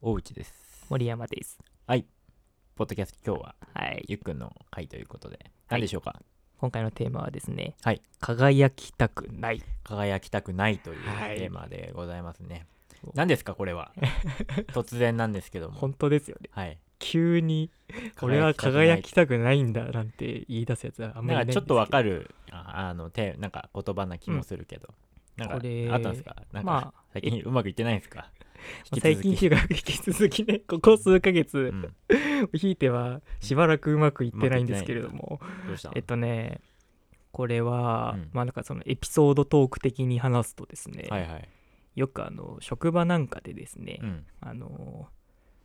大内です。森山です。ポッドキャスト今日ははい。ゆっくんの回ということで、何でしょうか、今回のテーマはですね、はい輝きたくない。輝きたくないというはいテーマでございますね。何ですかこれ は突然なんですけども。本当ですよね。はい。急に、俺は輝たきたくないんだなんて言い出すやつはあんくない。まなんりなかいちょっとわる。かる、ああの、てなんか言葉な気もするけど。なんかあっこれたんですかなんか、まあ最近うまくいってないですか引き最続近き中学引き続きね、 ここ数ヶう月、ん、ひいてはしばらくうまくいってないんですけれども、どうしたのえっとね、これは、うんまあなんかそのエピソードトーク的に話すとですね、はいはい。よくあの職場なんかでですね、うん。あの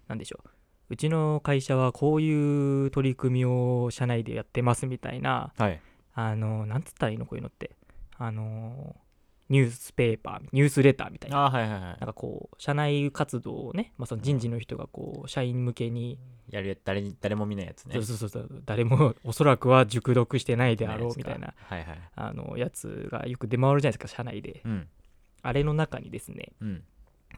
なんでしょううちの会社はこういう取り組みを社内でやってますみたいなはい。あのなんつったらいいのこういうのってあのニュースペーパーニュースレターみたいなああー、はいはいはなんかこう社内活動をね、まあ、その人事の人がこう社員向けに、い。やるや誰に誰も見ないやつね。そうそうそうそう誰も おそらくは熟読してないであろうみたいな。はいはい。あのやつがよく出回るじゃないですか社内でうん。あれの中にですねうん。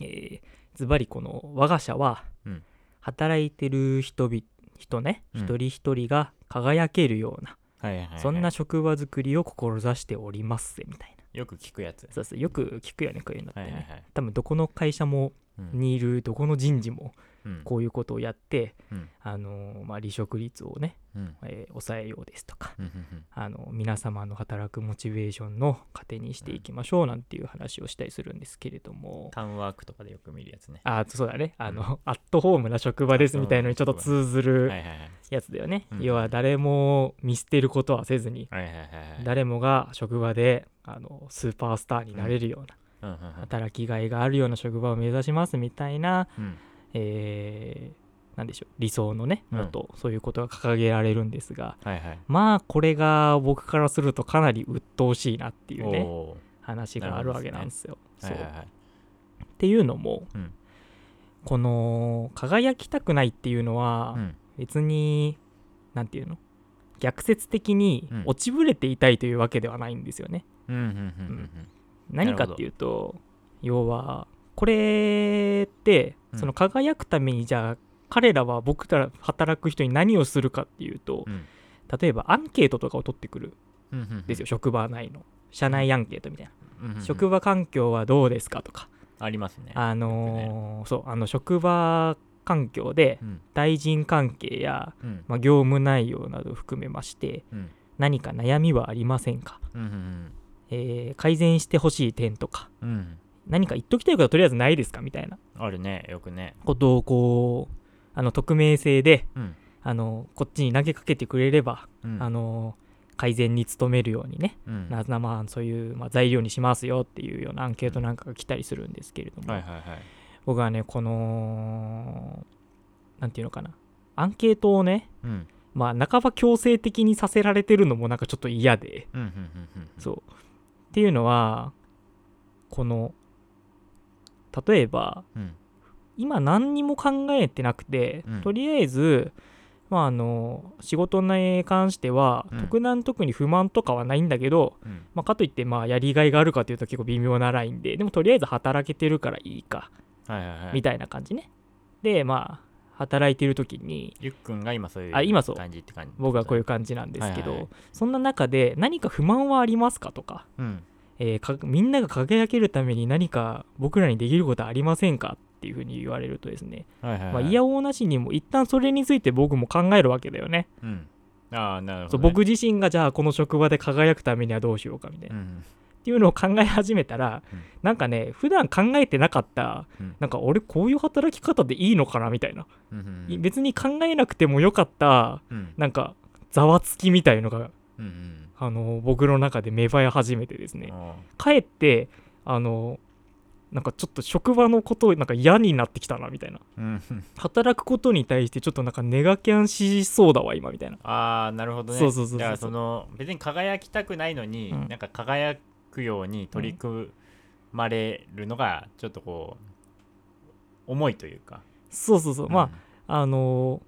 えーズバリこの我が社はうん働いてる人々人ね、うん一人一人が輝けるような、はいはいはい。そんな職場づくりを志しておりますぜみたいなよく聞くやつ。そうそうよく聞くよねこういうのってはね、いはいはい。多分どこの会社もうんにいるどこの人事もうんこういうことをやって、うんあのーまあ、離職率をね、うんえー抑えようですとか、うんうんあの皆様の働くモチベーションの糧にしていきましょうなんていう話をしたりするんですけれども、タウンワークとかでよく見るやつね。あそうだね。あの、うアットホームな職場ですみたいのにちょっと通ずはいるはいはい。やつだよね。うん要は誰も見捨てることはせずに、はいはいはいはい。誰もが職場であのスーパースターになれるような、うんうんうん働きがいがあるような職場を目指しますみたいな、うんえーなんでしょう、理想のね、うんもっとそういうことが掲げられるんですが、はいはい。まあこれが僕からするとかなり鬱陶しいなっていうね、お話があるわけなんですよ。ーはいそうはいはい。っていうのも、うんこの輝きたくないっていうのは、うん別になんていうの逆説的にうん落ちぶれていたいというわけではないんですよね。うんうんうんうん何かっていうと要はこれってうんその輝くためにじゃあ彼らは僕ら働く人に何をするかっていうとうん例えばアンケートとかを取ってくるんうんうんうんですよ職場内の社内アンケートみたいうんうんうんな職場環境はどうですかとかありますね。あよのーそうあの職場環境でくね対人関係やうんうんまあ、業務内容などを含めましてうん何か悩みはありませんか、うんうんえー改善してほしい点とかうんうん何か言っときたいことはとりあえずないですかみたいなあるね、よくね。ことをこうあの匿名性でうんあのこっちに投げかけてくれれば、うんあの改善に努めるようにね、うんななまあ、そういう、まあ、材料にしますよっていうようなアンケートなんかが来たりするんですけれども、はいはいはい。僕はねこのなんていうのかなアンケートをねうんまあ半ば強制的にさせられてるのもなんかちょっと嫌で、うんうんうんうんうんそう。っていうのは、この、例えば、うん今何にも考えてなくて、うんとりあえず、まああの、仕事に関しては、うん特段特に不満とかはないんだけど、うんまあ、かといって、まあ、やりがいがあるかというと結構微妙なラインで、でもとりあえず働けてるからいいか、はいはいはい。みたいな感じね。で、まあ、働いてる時に、ゆっくんが今そういうあ今そう感じって感じ。僕はこういう感じなんですけど、はいはいそんな中で何か不満はありますかとか、うんえーかみんなが輝けるために何か僕らにできることありませんかっていうふうに言われるとですね、はいはいまはあ、いいやおうなしにも一旦それについて僕も考えるわけだよね。うんああ、なるほそどうね。僕自身がじゃあこの職場で輝くためにはどうしようかみたいな、うっんていうのを考え始めたら、うんなんかね普段考えてなかった、うんなんか俺こういう働き方でいいのかなみたいな、うんうんい別に考えなくてもよかったうんなんかざわつきみたいのが、うんうんあの僕の中で芽生え始めてですね、あかえってあのなんかちょっと職場のことをなんか嫌になってきたなみたいなーうん働くことに対してちょっとなんかネガキャンしそうだわ今みたいなあーなるほどねそうそうそうそうだからその別に輝きたくないのに、うんなんか輝くように取り組まれるのがちょっとこう重いというか、そうそうそう、まあああの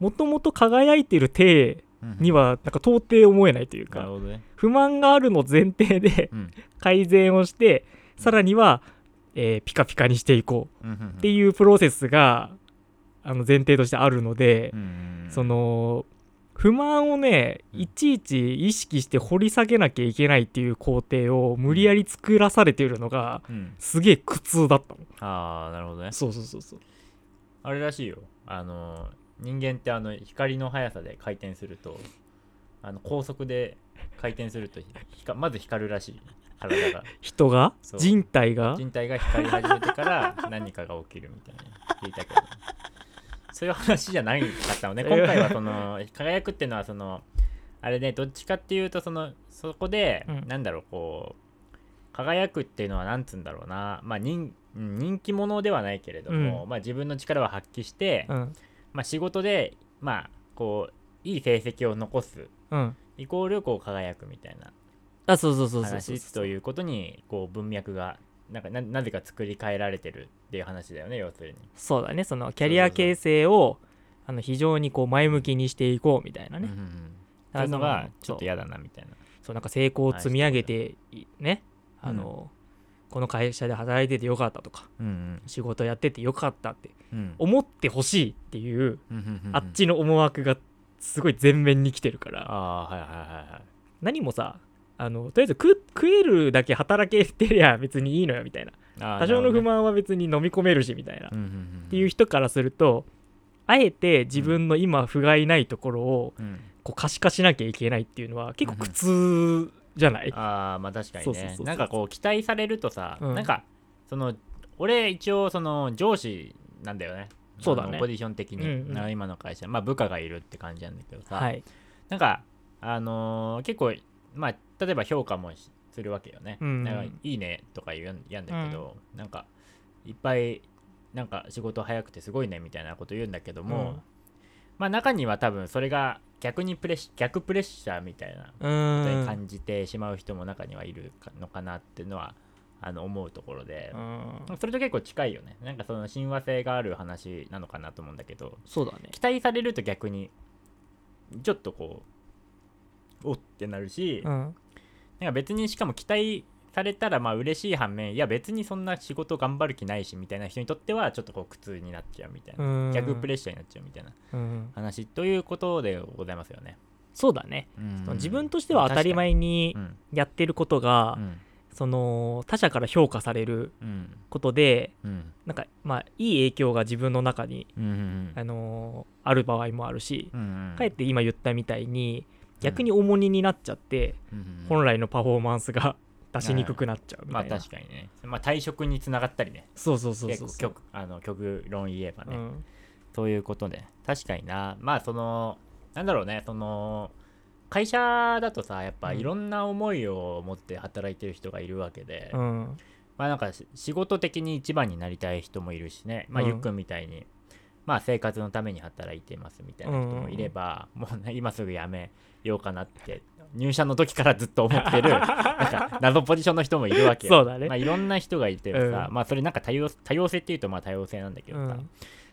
もともと輝いてる体にははなんか到底思えないというなるかほどね不満があるの前提でうん改善をしてさらにはえーピカピカにしていこううんうんうんっていうプロセスがあの前提としてあるのでう、んその不満をねうんいちいち意識して掘り下げなきゃいけないっていう工程を無理やり作らされてるのがうんすげえ苦痛だったの。ああなるほどねそうそうそうそう。あれらしいよあの人間ってあの光の速さで回転するとあの高速で回転するとひひかまず光るらしい体が人がそう人体が人体が光り始めてから何かが起きるみたいな聞いたけどそういう話じゃないかったのね今回はその輝くっていうのはそのあれねどっちかっていうとそのそこで、うんなんだろうこう輝くっていうのはなんつうんだろうなまあ人うん人気者ではないけれども、まあ、自分の力を発揮して、うんまあ、仕事でまあこういい成績を残すうん。イコールこう輝くみたいなあそうそうそうそうそう話ということにこう文脈がなんかななぜか作り変えられてるっていう話だよね要するにそうだねそのキャリア形成をあの非常にこう前向きにしていこうみたいなね。うんうんうんそうだかいうらそのがちょっそとう嫌だなみたいなそうなんか成功を積み上げていね、うんあのこの会社で働いててよかったとかうん仕事やっててよかったってうん思ってほしいっていう、うんあっちの思惑がすごい前面に来てるからああーはいはいはいはい何もさあのとりあえず食食えるだけ働けてりゃ別にいいのよみたいなあー多少の不なる満は別に飲み込めるしみたいな、ほどねうっんうんんていう人からするとあえて自分の今不甲斐ないところをうんこう可視化しなきゃいけないっていうのは結構苦痛じゃない、ああまあ確かにそうそうそうねそうなんかこう期待されるとさうんなんかその俺一応その上司なんだよねそうだねあのポジション的に、うんうんな今の会社まあ部下がいるって感じなんだけどさ、はいなんか、あのー結構、まあ、例えば評価もしするわけよね。うんなんかいいねとか言うんやんだけど、なんか、いっぱい、なんか仕事早くてすごいねみたいなこと言うんだけども、うんまあ中には多分それが逆にプレッシ逆プレッシャーみたいなうことーにん感じてしまう人も中にはいるかのかなっていうのはあの思うところで、うんそれと結構近いよねなんかその親和性がある話なのかなと思うんだけどそうだね期待されると逆にちょっとこうおってなるし、うんなんか別にしかも期待されたらまあ嬉しい反面いや別にそんな仕事頑張る気ないしみたいな人にとってはちょっとこう苦痛になっちゃうみたいな、うん逆プレッシャーになっちゃうみたいなうん話ということでございますよね、そうだね自分としては当たり前に確かにやってることがうんうんその他者から評価されるうんことでうんなんかまあいい影響が自分の中にうんうんあのーある場合もあるしうんかえって今言ったみたいに逆に重荷になっちゃってうんうん本来のパフォーマンスが 出しにくくなっちゃうみまたあいな確かにね、まあ、退職につながったりねそうそうそうそう結そ構う極あの極論言えばうね、んということで確かになまあそのなんだろうねその会社だとさやっぱうんいろんな思いを持って働いてる人がいるわけで、うんまあなんかし仕事的に一番になりたい人もいるしねまあうんゆっくんみたいに、まあ生活のために働いてますみたいな人もいれば、もうね今すぐ辞めようかなって入社の時からずっと思って るなんか謎ポジションの人もいるわけよそうだねまあ、いろんな人がいてさ、うんまあそれなんか多様多様性っていうとまあ多様性なんだけどさ、うん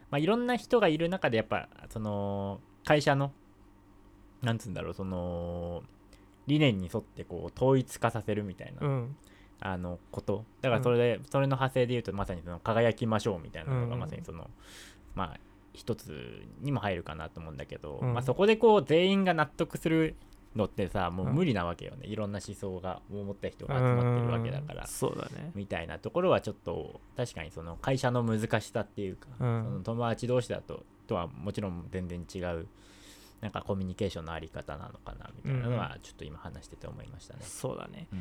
まあ、いろんな人がいる中でやっぱその会社のなんつうんだろうその理念に沿ってこう統一化させるみたいな、うんあのことだからそれで、それの派生で言うとまさにその輝きましょうみたいなのうんうがんまさにその、まあ一つにも入るかなと思うんだけど、うんまあ、そこでこう全員が納得するのってさもううん無理なわけよね、いろんな思想が思った人うが集まってるわけだんから、そうだねみたいなところはちょっと確かにその会社の難しさっていうか、うんその友達同士だととはもちろん全然違うなんかコミュニケーションのあり方なのかなみたいなのはちょっと今話してて思いましたね。そうだねうん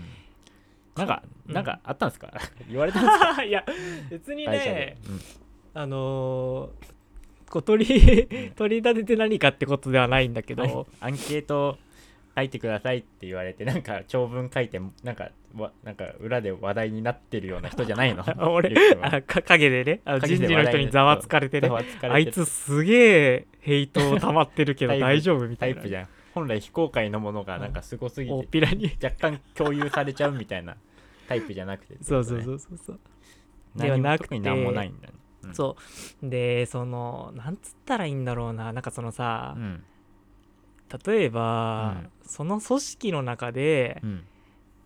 なんか、うんなんかあったんですか 言われたんです いや別にか会社でね、あのーこう取り取り立てて何かってことではないんだけうんはいど、アンケート書いてくださいって言われてなんか長文書いてなんかわなんか裏で話題になってるような人じゃないの 俺ゆうくんはあか陰でねあの陰人で事の人にざわつかれてねざわつかれてあいつすげえヘイト溜まってるけタどイプ大丈夫みたタいイなプじゃん本来非公開のものがなんかすごすぎ大ってぴ らに若干共有されちゃうみたいなタイプじゃなくてってこと そねうそうそうそうそう、何もではなくて特に何もないんだねうんそうでそのなんつったらいいんだろうななんかそのさ、うん例えば、うんその組織の中でうん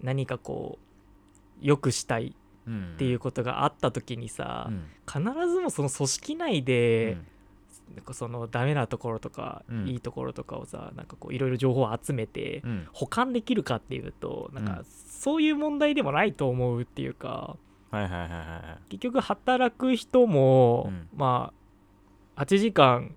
何かこう良くしたっいっていううことがあった時にさ、ん必ずもその組織内うで、んなんかそのダメなところとか、うんいいところとかをさなんかこういろいろ情報を集めて、うん保管できるかっていうとなんうかんそういう問題でもないと思うっていうかはいはいはいは結局働く人も、うんまあ8時間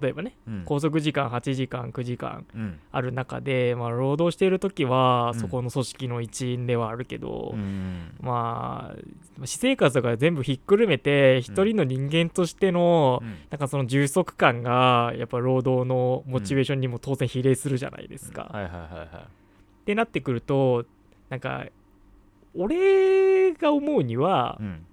例えばねいうん拘束時間8時間9時間うんある中で、まあ、労働している時はうんそこの組織の一員ではあるけど、うんまあ私生活とか全部ひっくるめて一人の人間としての、うんなんかその充足感がやっぱ労働のモチベーションにも当然比例するじゃないですか。はいはいはいはってなってくるとなんか俺が思うにはいうん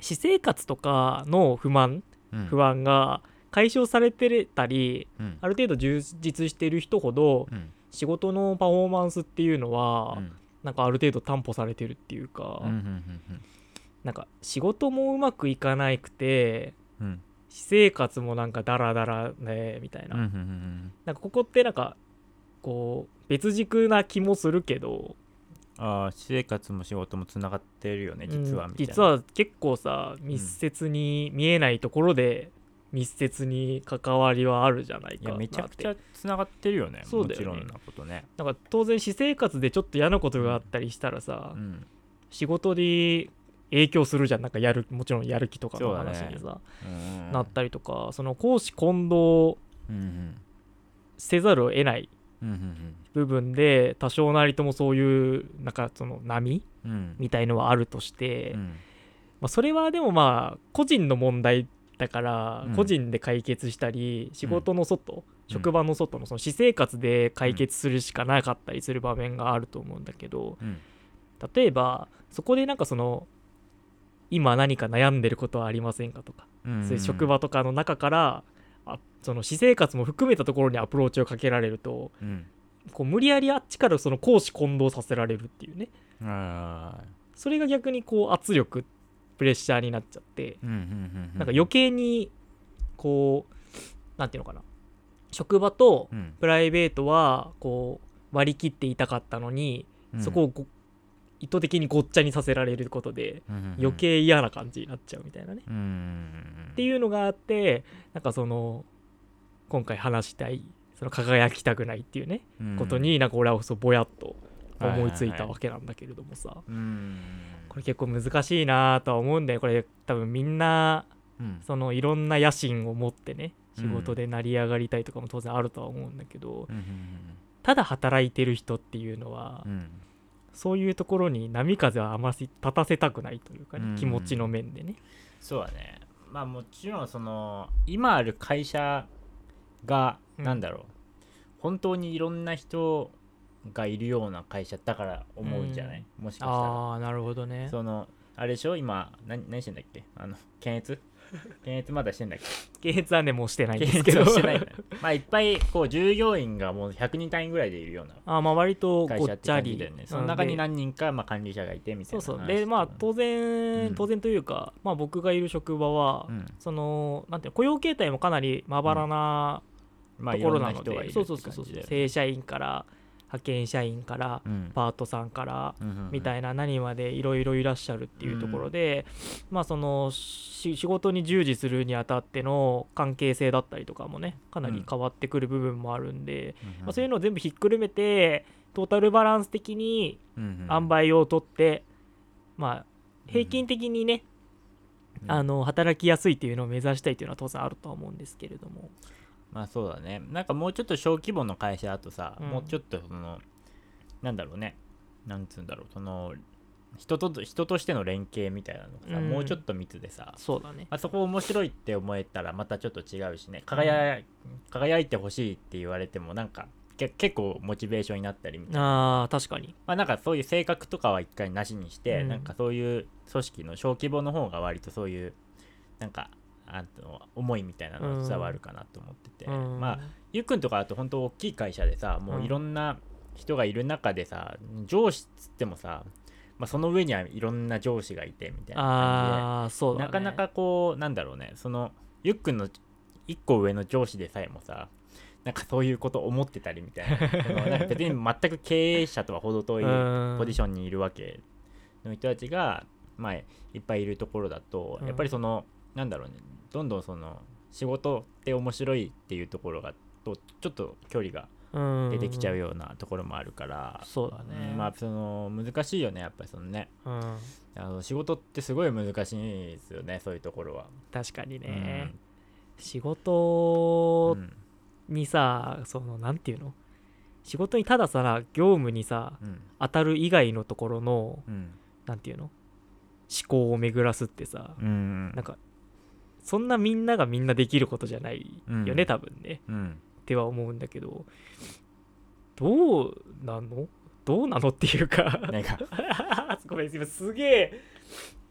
私生活とかの不満うん不安が解消されてたりうんある程度充実してる人ほどうん仕事のパフォーマンスっていうのはうんなんかある程度担保されてるっていうかうんうんなんか仕事もうまくいかなくてうんうん私生活もなんかダラダラねみたいなうんうんうんなんかここってなんかこう別軸な気もするけどああ私生活も仕事もつながってるよねうん実はみたいな実は結構さ密接に見えないところで密接に関わりはあるじゃないいかやなめちゃくちっゃつながってるよねそうもだちよねろんなことねてなんか当然私生活でちょっと嫌なことがあったりしたらさ、うん仕事に影響するじゃんなんかやるもちろんやる気とかそのうだね話にさ、うんなったりとかその公私混同うんせざるを得ないうんうん部分で多少なりともそういうなんかその波うんうんみたいのはあるとして、うんまあ、それはでもまあ個人の問題だからうん個人で解決したり、仕事の外、職場の外のその私生活で解決するしかなかったりする場面があると思うんだけどうん例えばそこでなんかその今何か悩んでることはありませんかとか、うんそういう職場とかの中からあその私生活も含めたところにアプローチをかけられるとうんこう無理やりあっちからその公私混同させられるっていうねああそれが逆にこう圧力プレッシャーになっちゃってうんうんうなんか余計にこうなんていうのかな職場とうんプライベートはこう割り切っていたかったのに、うんそこをご意図的にごっちゃにさせられることでうんうんうん余計嫌な感じになっちゃうみたいなね、うんうんっていうのがあってなんかその今回話したいその輝きたくないっていうね、うんことになんか俺はそうぼやっと思いついはいはいたはいわけなんだけれどもさ、うんこれ結構難しいなとは思うんだよこれ多分みんなうんそのいろんな野心を持ってねうん仕事で成り上がりたいとかも当然あるとは思うんだけど、うんただ働いてる人っていうのは、うんうんそういうところに波風はあまり立たせたくないというかね、うん気持ちの面でね。そうだねまあもちろんその今ある会社がうんなんだろう、本当にいろんな人がいるような会社だから思うんじゃない、もしかしたらああなるほどね。そのあれでしょ今何何してんだっけあの検 閲検閲まだしてんだっけ検閲はねもうしてないんです検け閲ど。はしてないんだよまあいっぱいこう従業員がもう100人単位ぐらいでいるような あーまあ割と会ご社っってちゃ感じりだよねその中にうんで何人かまあ管理者がいてみたいそうな話そうでまあ当然、うん当然というか、まあ、僕がいる職場は、うんそのなんていうの雇用形態もかなりまばらなまあといころろんななの人で、がいるってそ感うそうそうそうじだよね正社員から派遣社員からうんパートさんからみたいいな何までいろいろいらっしゃるっていうところで、まあそのし仕事に従事するにあたっての関係性だったりとかもねかなり変わってくる部分もあるんで、まあ、そういうののを全部ひっくるめてトータルバランス的に塩ん梅をとって、まあ平均的にね、うんあの働きやすいっていうのを目指したいっていうのは当然あるとは思うんですけれども、まあそうだねなんかもうちょっと小規模の会社だとさ、うんもうちょっとそのなんだろうねなんつうんだろうその人と人としての連携みたいなのがさ、うんもうちょっと密でさそうだねあそこ面白いって思えたらまたちょっと違うしね輝,、輝いてほしいって言われてもなんかけ結構モチベーションになったりみたいなあー確かにまあなんかそういう性格とかは一回なしにして、うんなんかそういう組織の小規模の方が割とそういうなんかあの思いみたいなのが伝わるかなと思ってて、うんまあゆっくんとかだと本当大きい会社でさもういろんな人がいる中でさ、上司っつってもさ、まあ、その上にはいろんな上司がいてみたいな感あーそじうで、だ、ね、なかなかこうなんだろうねそのゆっくんの一個上の上司でさえもさなんかそういうこと思ってたりみたいな そのなんか別に全く経営者とは程遠いうんポジションにいるわけの人たちがまあ、いっぱいいるところだと、うんやっぱりそのなんだろうねどんどんその仕事って面白いっていうところがとちょっと距離がうん出てきちゃうようなところもあるから、そうだねんまあその難しいよねやっぱりそのねうんあの仕事ってすごい難しいですよねそういうところは。確かにね、仕事うんうんにさそのなんていうの仕事にたださ業務にさうん当たる以外のところのうんなんていうの思考を巡らすってさ、うんなんかそんなみんながみんなできることじゃないよね、うん多分ねうんっては思うんだけどどうなのどうなのっていうかなんか ごめん今すげえ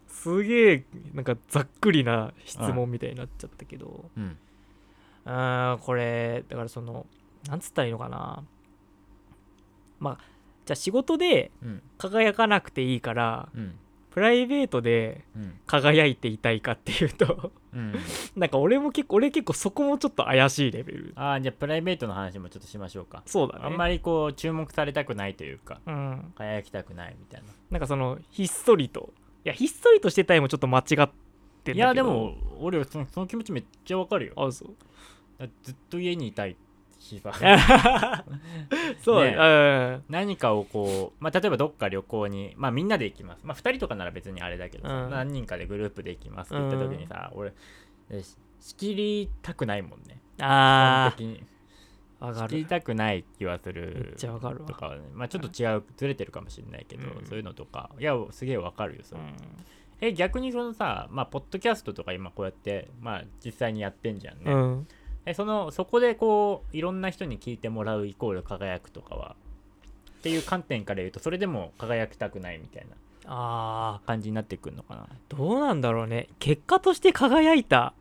すげえなんかざっくりな質問みたいになっちゃったけど、うんうーんこれだからそのなんつったらいいのかなまあじゃあ仕事でうん輝かなくていいからうんプライベートでうん輝いていたいかっていうと うんなんか俺も結構俺結構そこもちょっと怪しいレベルああじゃあプライベートの話もちょっとしましょうか。そうだねあんまりこう注目されたくないというかうん輝きたくないみたいな。なんかそのひっそりといやひっそりとしてたいもちょっと間違ってんだけどいやでも俺そのその気持ちめっちゃわかるよ。あそうだずっと家にいたい日 が そうねえうん何かをこう、まあ、例えばどっか旅行に、まあ、みんなで行きます、まあ、2人とかなら別にあれだけどさ、うん何人かでグループで行きますって言った時にさ、俺えし仕切りたくないもんねあ基本的にあわ仕か切りるたくない気はすめるっちゃわかるわとかはね、まあ、ちょっと違うずれてるかもしれないけど、うんそういうのとかいやすげえわかるよそれ、うんえ逆にそのさ、まあ、ポッドキャストとか今こうやって、まあ、実際にやってんじゃんね、うんえそのそこでこういろんな人に聞いてもらうイコール輝くとかはっていう観点から言うとそれでも輝きたくないみたいなああ感じになってくるのかなどうなんだろうね結果として輝いた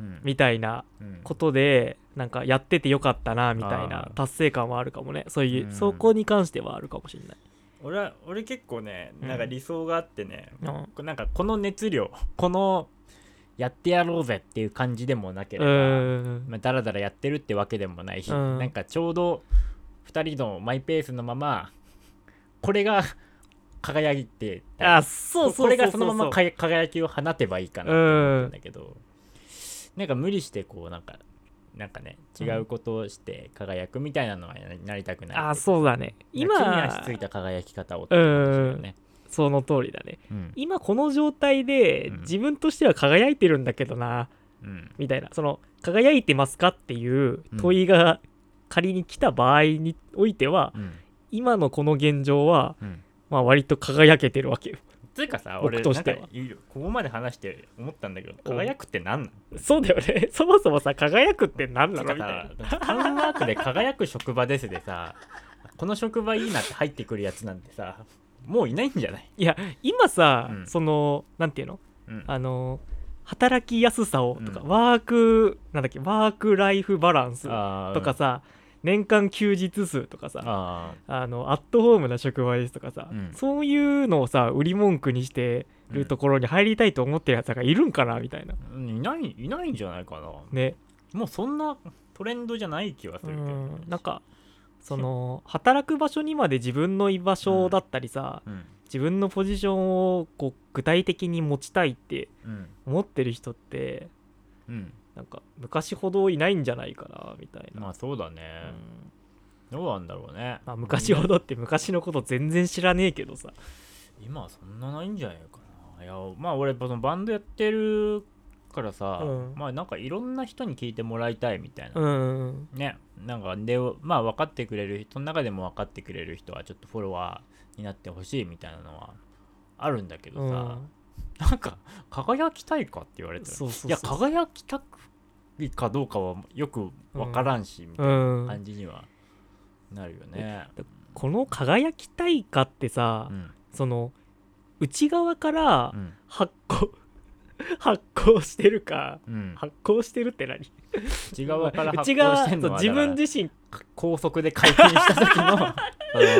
うんみたいなうんことでなんかやっててよかったなみたいあなー達成感はあるかもねそういう、うんそこに関してはあるかもしれない、俺は俺結構ねなんかうん理想があってね、うんこなんかこの熱量このやってやろうぜっていう感じでもなければ、まあ、だらだらやってるってわけでもないし、うんなんかちょうど2人のマイペースのままこれが輝いてたりあそうそこうれがそのままかか輝きを放てばいいかなって思ったんだけど、なんか無理してこうなんかなんかね違うことをして輝くみたいなのはななりたくないあそうだね今地に足今ついた輝き方をって感じだよね、その通りだねうん今この状態でうん自分としては輝いてるんだけどな、うんみたいなその輝いてますかっていううん問いが仮に来た場合においては、うん今のこの現状は、うんまあ、割と輝けてるわけよ つうかさ僕俺としてはなんかいるここまで話して思ったんだけど輝くって何なのそうだよね そもそもさ輝くって何なつのうみたいなかさタウンワークで輝く職場ですでさこの職場いいなって入ってくるやつなんてさもういないんじゃない、いや今さ、うんそのなんていうのうんあの働きやすさをとか、うんワークなんだっけワークライフバランスあーとかさ、年間休日数とかさああのアットホームな職場ですとかさ、うんそういうのをさ売り文句にしてるところに入りたいと思ってるやつがいるんかなみたいなーいないいないんじゃないかなね、もうそんなトレンドじゃない気はすうるけど、ん、なんかその働く場所にまで自分の居場所だったりさ、うん自分のポジションをこう具体的に持ちたいってうん思ってる人ってうんなんか昔ほどいないんじゃないかなみたいな、まあそうだね、うんどうなんだろうね、まあ、昔ほどって昔のこと全然知らねえけどさ今はそんなないんじゃないかないやまあ俺そのバンドやってるからさ、うんまあなんかいろんな人に聞いてもらいたいみたいな、うんねなんかでまあ分かってくれる人の中でも分かってくれる人はちょっとフォロワーになってほしいみたいなのはあるんだけどうんさ、なんか輝きたいかって言われたらそうそうそういや輝きたくいかどうかはよく分からんし、みたいうんな感じにはなるよね。この輝きたいかってさ、うんその内側からうん発酵 発酵してるかうん、発酵してるって何内側から発内光し側てんのそうは自分で自身高速で回転した時 のあ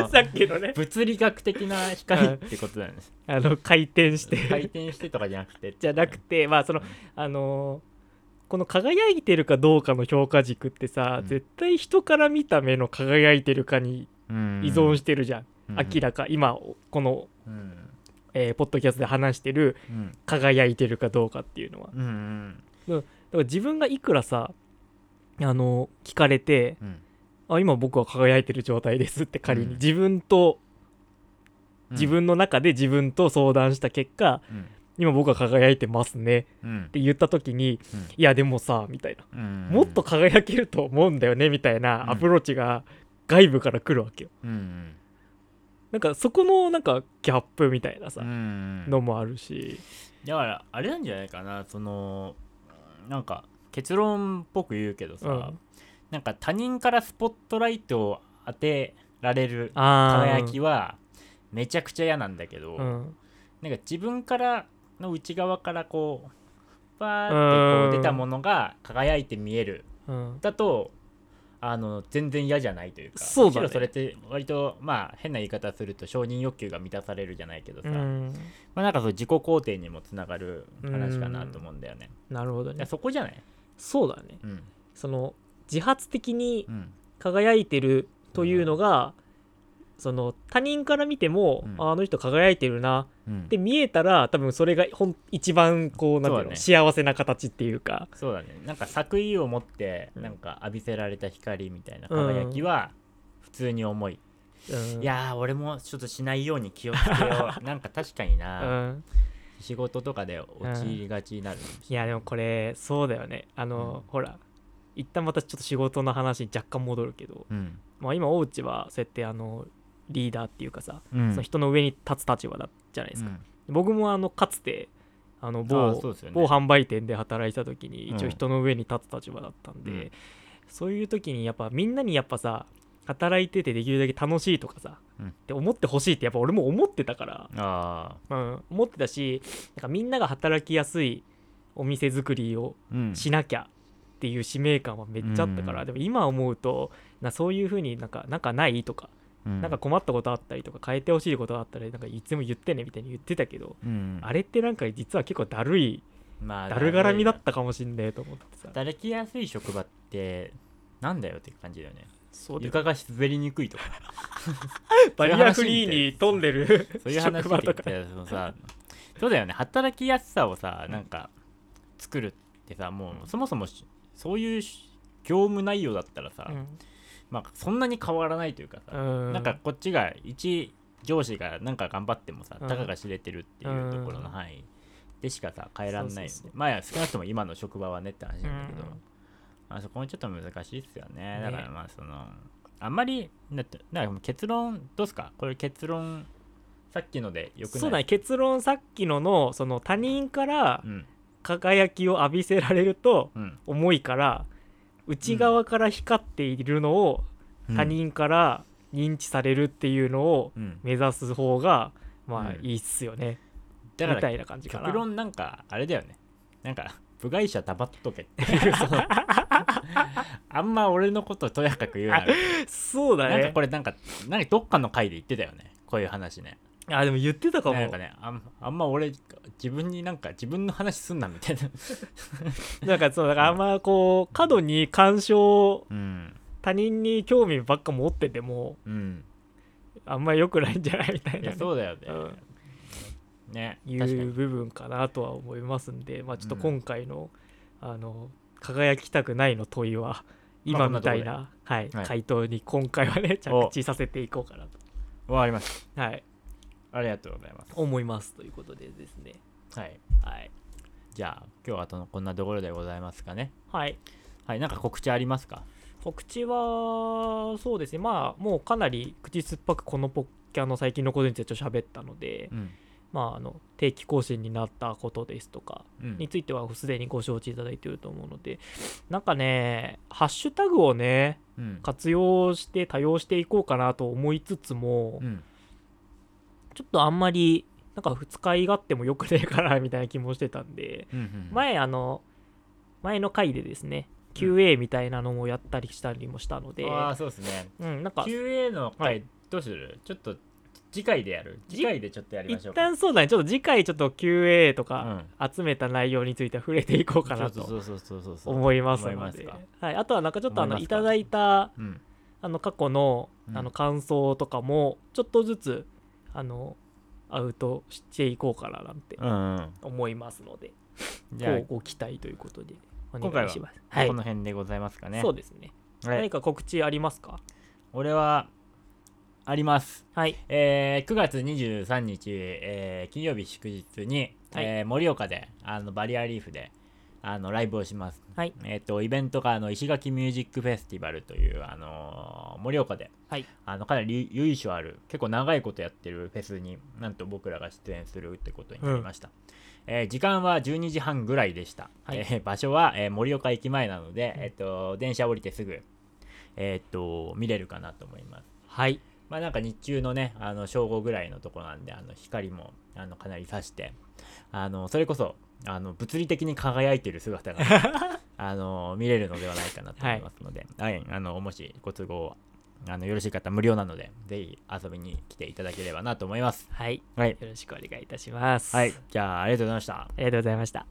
のさっきのね物理学的な光ってことだよね。あの回転して 回転してとかじゃなくてじゃなくてまあそのあのーこの輝いてるかどうかの評価軸ってさ、うん絶対人から見た目の輝いてるかに依依存してるじゃん、て明らか今このうんえーポッドキャストで話してるうん輝いてるかどうかっていうのはだかうんうんら自分がいくらさあの聞かれてうんあ今僕は輝いてる状態ですって仮に、うん自分と自分の中で自分と相談した結果、うん今僕は輝いてますねっうんて言った時に、うんいやでもさみたいな、うんもっと輝けると思うんだよねみたいなアプローチが外部から来るわけようんなんかそこのなんかギャップみたいなさ、うんうんのもあるしだからあれなんじゃないかなそのなんか結論っぽく言うけどさ、うんなんか他人からスポットライトを当てられるあ輝きはめちゃくちゃ嫌なんだけど、うんなんか自分からの内側からこうバーってこう出たものが輝いて見えるうんだとあの全然嫌じゃないというかそうだねむしろそれって割とまあ変な言い方すると承認欲求が満たされるじゃないけどうさ、んまあ、なんかそう自己肯定にもつながる話かなと思うんだよね。なるほどいやねそこじゃない、そうだねうんその自発的にうん輝いてるというのが、その他人から見ても、うんああの人輝いてるなうんって見えたら多分それがほん一番こうなんていうのそ幸せな形っていうかそうだねなんか作為を持ってうんなんか浴びせられた光みたいな輝きは普通に重い、うんいやー俺もちょっとしないように気をつけよ うなんか確かにうな、ん仕事とかで陥りがちになる、いやでもこれそうだよねあの、うんほら一旦またちょっと仕事の話に若干戻るけど、うんまあ、今大内はそうやってあのリーダーっていうかさ、うんその人の上に立つ立場だじゃないですか、僕もあのかつてあの某ああそうですよね某販売店で働いた時にうん一応人の上に立つ立場だったんで、うんそういう時にやっぱみんなにやっぱさ働いててできるだけ楽しいとかさ、うんって思ってほしいってやっぱ俺も思ってたから、あうん、思ってたしなんかみんなが働きやすいお店作りをあうんしなきゃっていう使命感はめっちゃあったから、うんでも今思うとなそういうふうになんかなんかないとか、うんなんか困ったことあったりとか変えてほしいことがあったらなんかいつでも言ってねみたいに言ってたけど、うんあれってなんか実は結構だるいまあだるがらみだったかもしんねえと思ってさ働きやすい職場ってなんだよって感じだよねそうだよ床が滑りにくいとかバリアフリーに飛んでるそういう話聞職場いとてかてそのさそうだよね働きやすさをさなんか作るってさもうそもそもしそういうし業務内容だったらさ、まあそんなに変わらないというかうさ、んなんかこっちが一上司がなんか頑張ってもさ、うんたかが知れてるっていうところの範囲でしかさ変えらんないよねそうそうそうまあ少なくとも今の職場はねって話なんだけど、うんまあ、そこもちょっと難しいっすよねねだからまあそのあんまりだってなんかもう結論どうっすかこれ結論さっきのでよくないそうだね結論さっきののその他人からうん輝きを浴びせられるとうん思いから内側から光っているのを他人から認知されるっていうのをうん、うん目指す方がまあうんいいっすよね、だみかたらいな感じかな極論なんかあれだよねなんか部外者黙っとけっていう そのあんま俺のこととやかく言うなよそうだなんかねこれなんかなんかどっかの回で言ってたよねこういう話ねあでも言ってたかもなんかねあんあんま俺自分になんか自分の話すんなみたい な なんかそうだからあんまこう過度に干渉うん他人に興味ばっか持っててもうんあんま良くないんじゃないみたいいなやね、そうだよね、うんねい確かうに部分かなとは思いますんで、まあ、ちょっとうん今回の,、あの輝きたくないの問いは今みたいな、はいはい回答に今回はねお着地させていこうかなわかりましと、はい、たありがとうございま思いますということでですねすはいはい、じゃあ今日はとのこんなところでございますかねはい、はいなんか告知ありますか告知はそうですねまあもうかなり口酸っぱくこのポッキャの最近のことについてちょっと喋ったので、うん、まああの定期更新になったことですとかうんについてはすでにご承知いただいていると思うのでなんかねハッシュタグをねうん活用して多用していこうかなと思いつつも、うんちょっとあんまりなんか使い勝手も良くねえからみたいな気もしてたんで、うんうん前あの前の回でですね QA みたいなのもやったりしたりもしたので、ああそうですねうん、なんか QA のは回いどうするちょっと次回でやるじ次回でちょっとやりましょ一うか旦そうだねちょっと次回ちょっと QA とうかん集めた内容については触れていこうかなそとうそうそうそうそう思います思いのますでか、はい、あとはなんかちょっとあ思のいますいかただいたうん、あの過去のうんあの感想とかもちょっとずつあのアウトしていこうかななんてうんうん思いますので、じゃあこうご期待ということでお今回願いはします。はいこの辺でございますかねそうですね。はい何か告知ありますか俺はありますはい。えー9月23日、えー金曜日祝日に、はいえー盛岡であのバリアリーフであのライブをします、はいえー、とイベントがあの石垣ミュージックフェスティバルという、あのー盛岡ではい。あのかなり由由緒ある結構長いことやってるフェスになんと僕らが出演するってことになりました、えー時間は12時半ぐらいでした、はいえー場所は、えー盛岡駅前なので、うんえっと電車降りてすぐ、えっと見れるかなと思いますはい。まあなんか日中のね、あの正午ぐらいのとこなんで、あの光もあのかなり差して、あのそれこそあの物理的に輝いてる姿 があの見れるのではないかなと思いますので、はい、あのもしご都合あのよろしい方無料なので、ぜひ遊びに来ていただければなと思います。はい。はい、よろしくお願いいたします。はい、じゃあありがとうございました。ありがとうございました。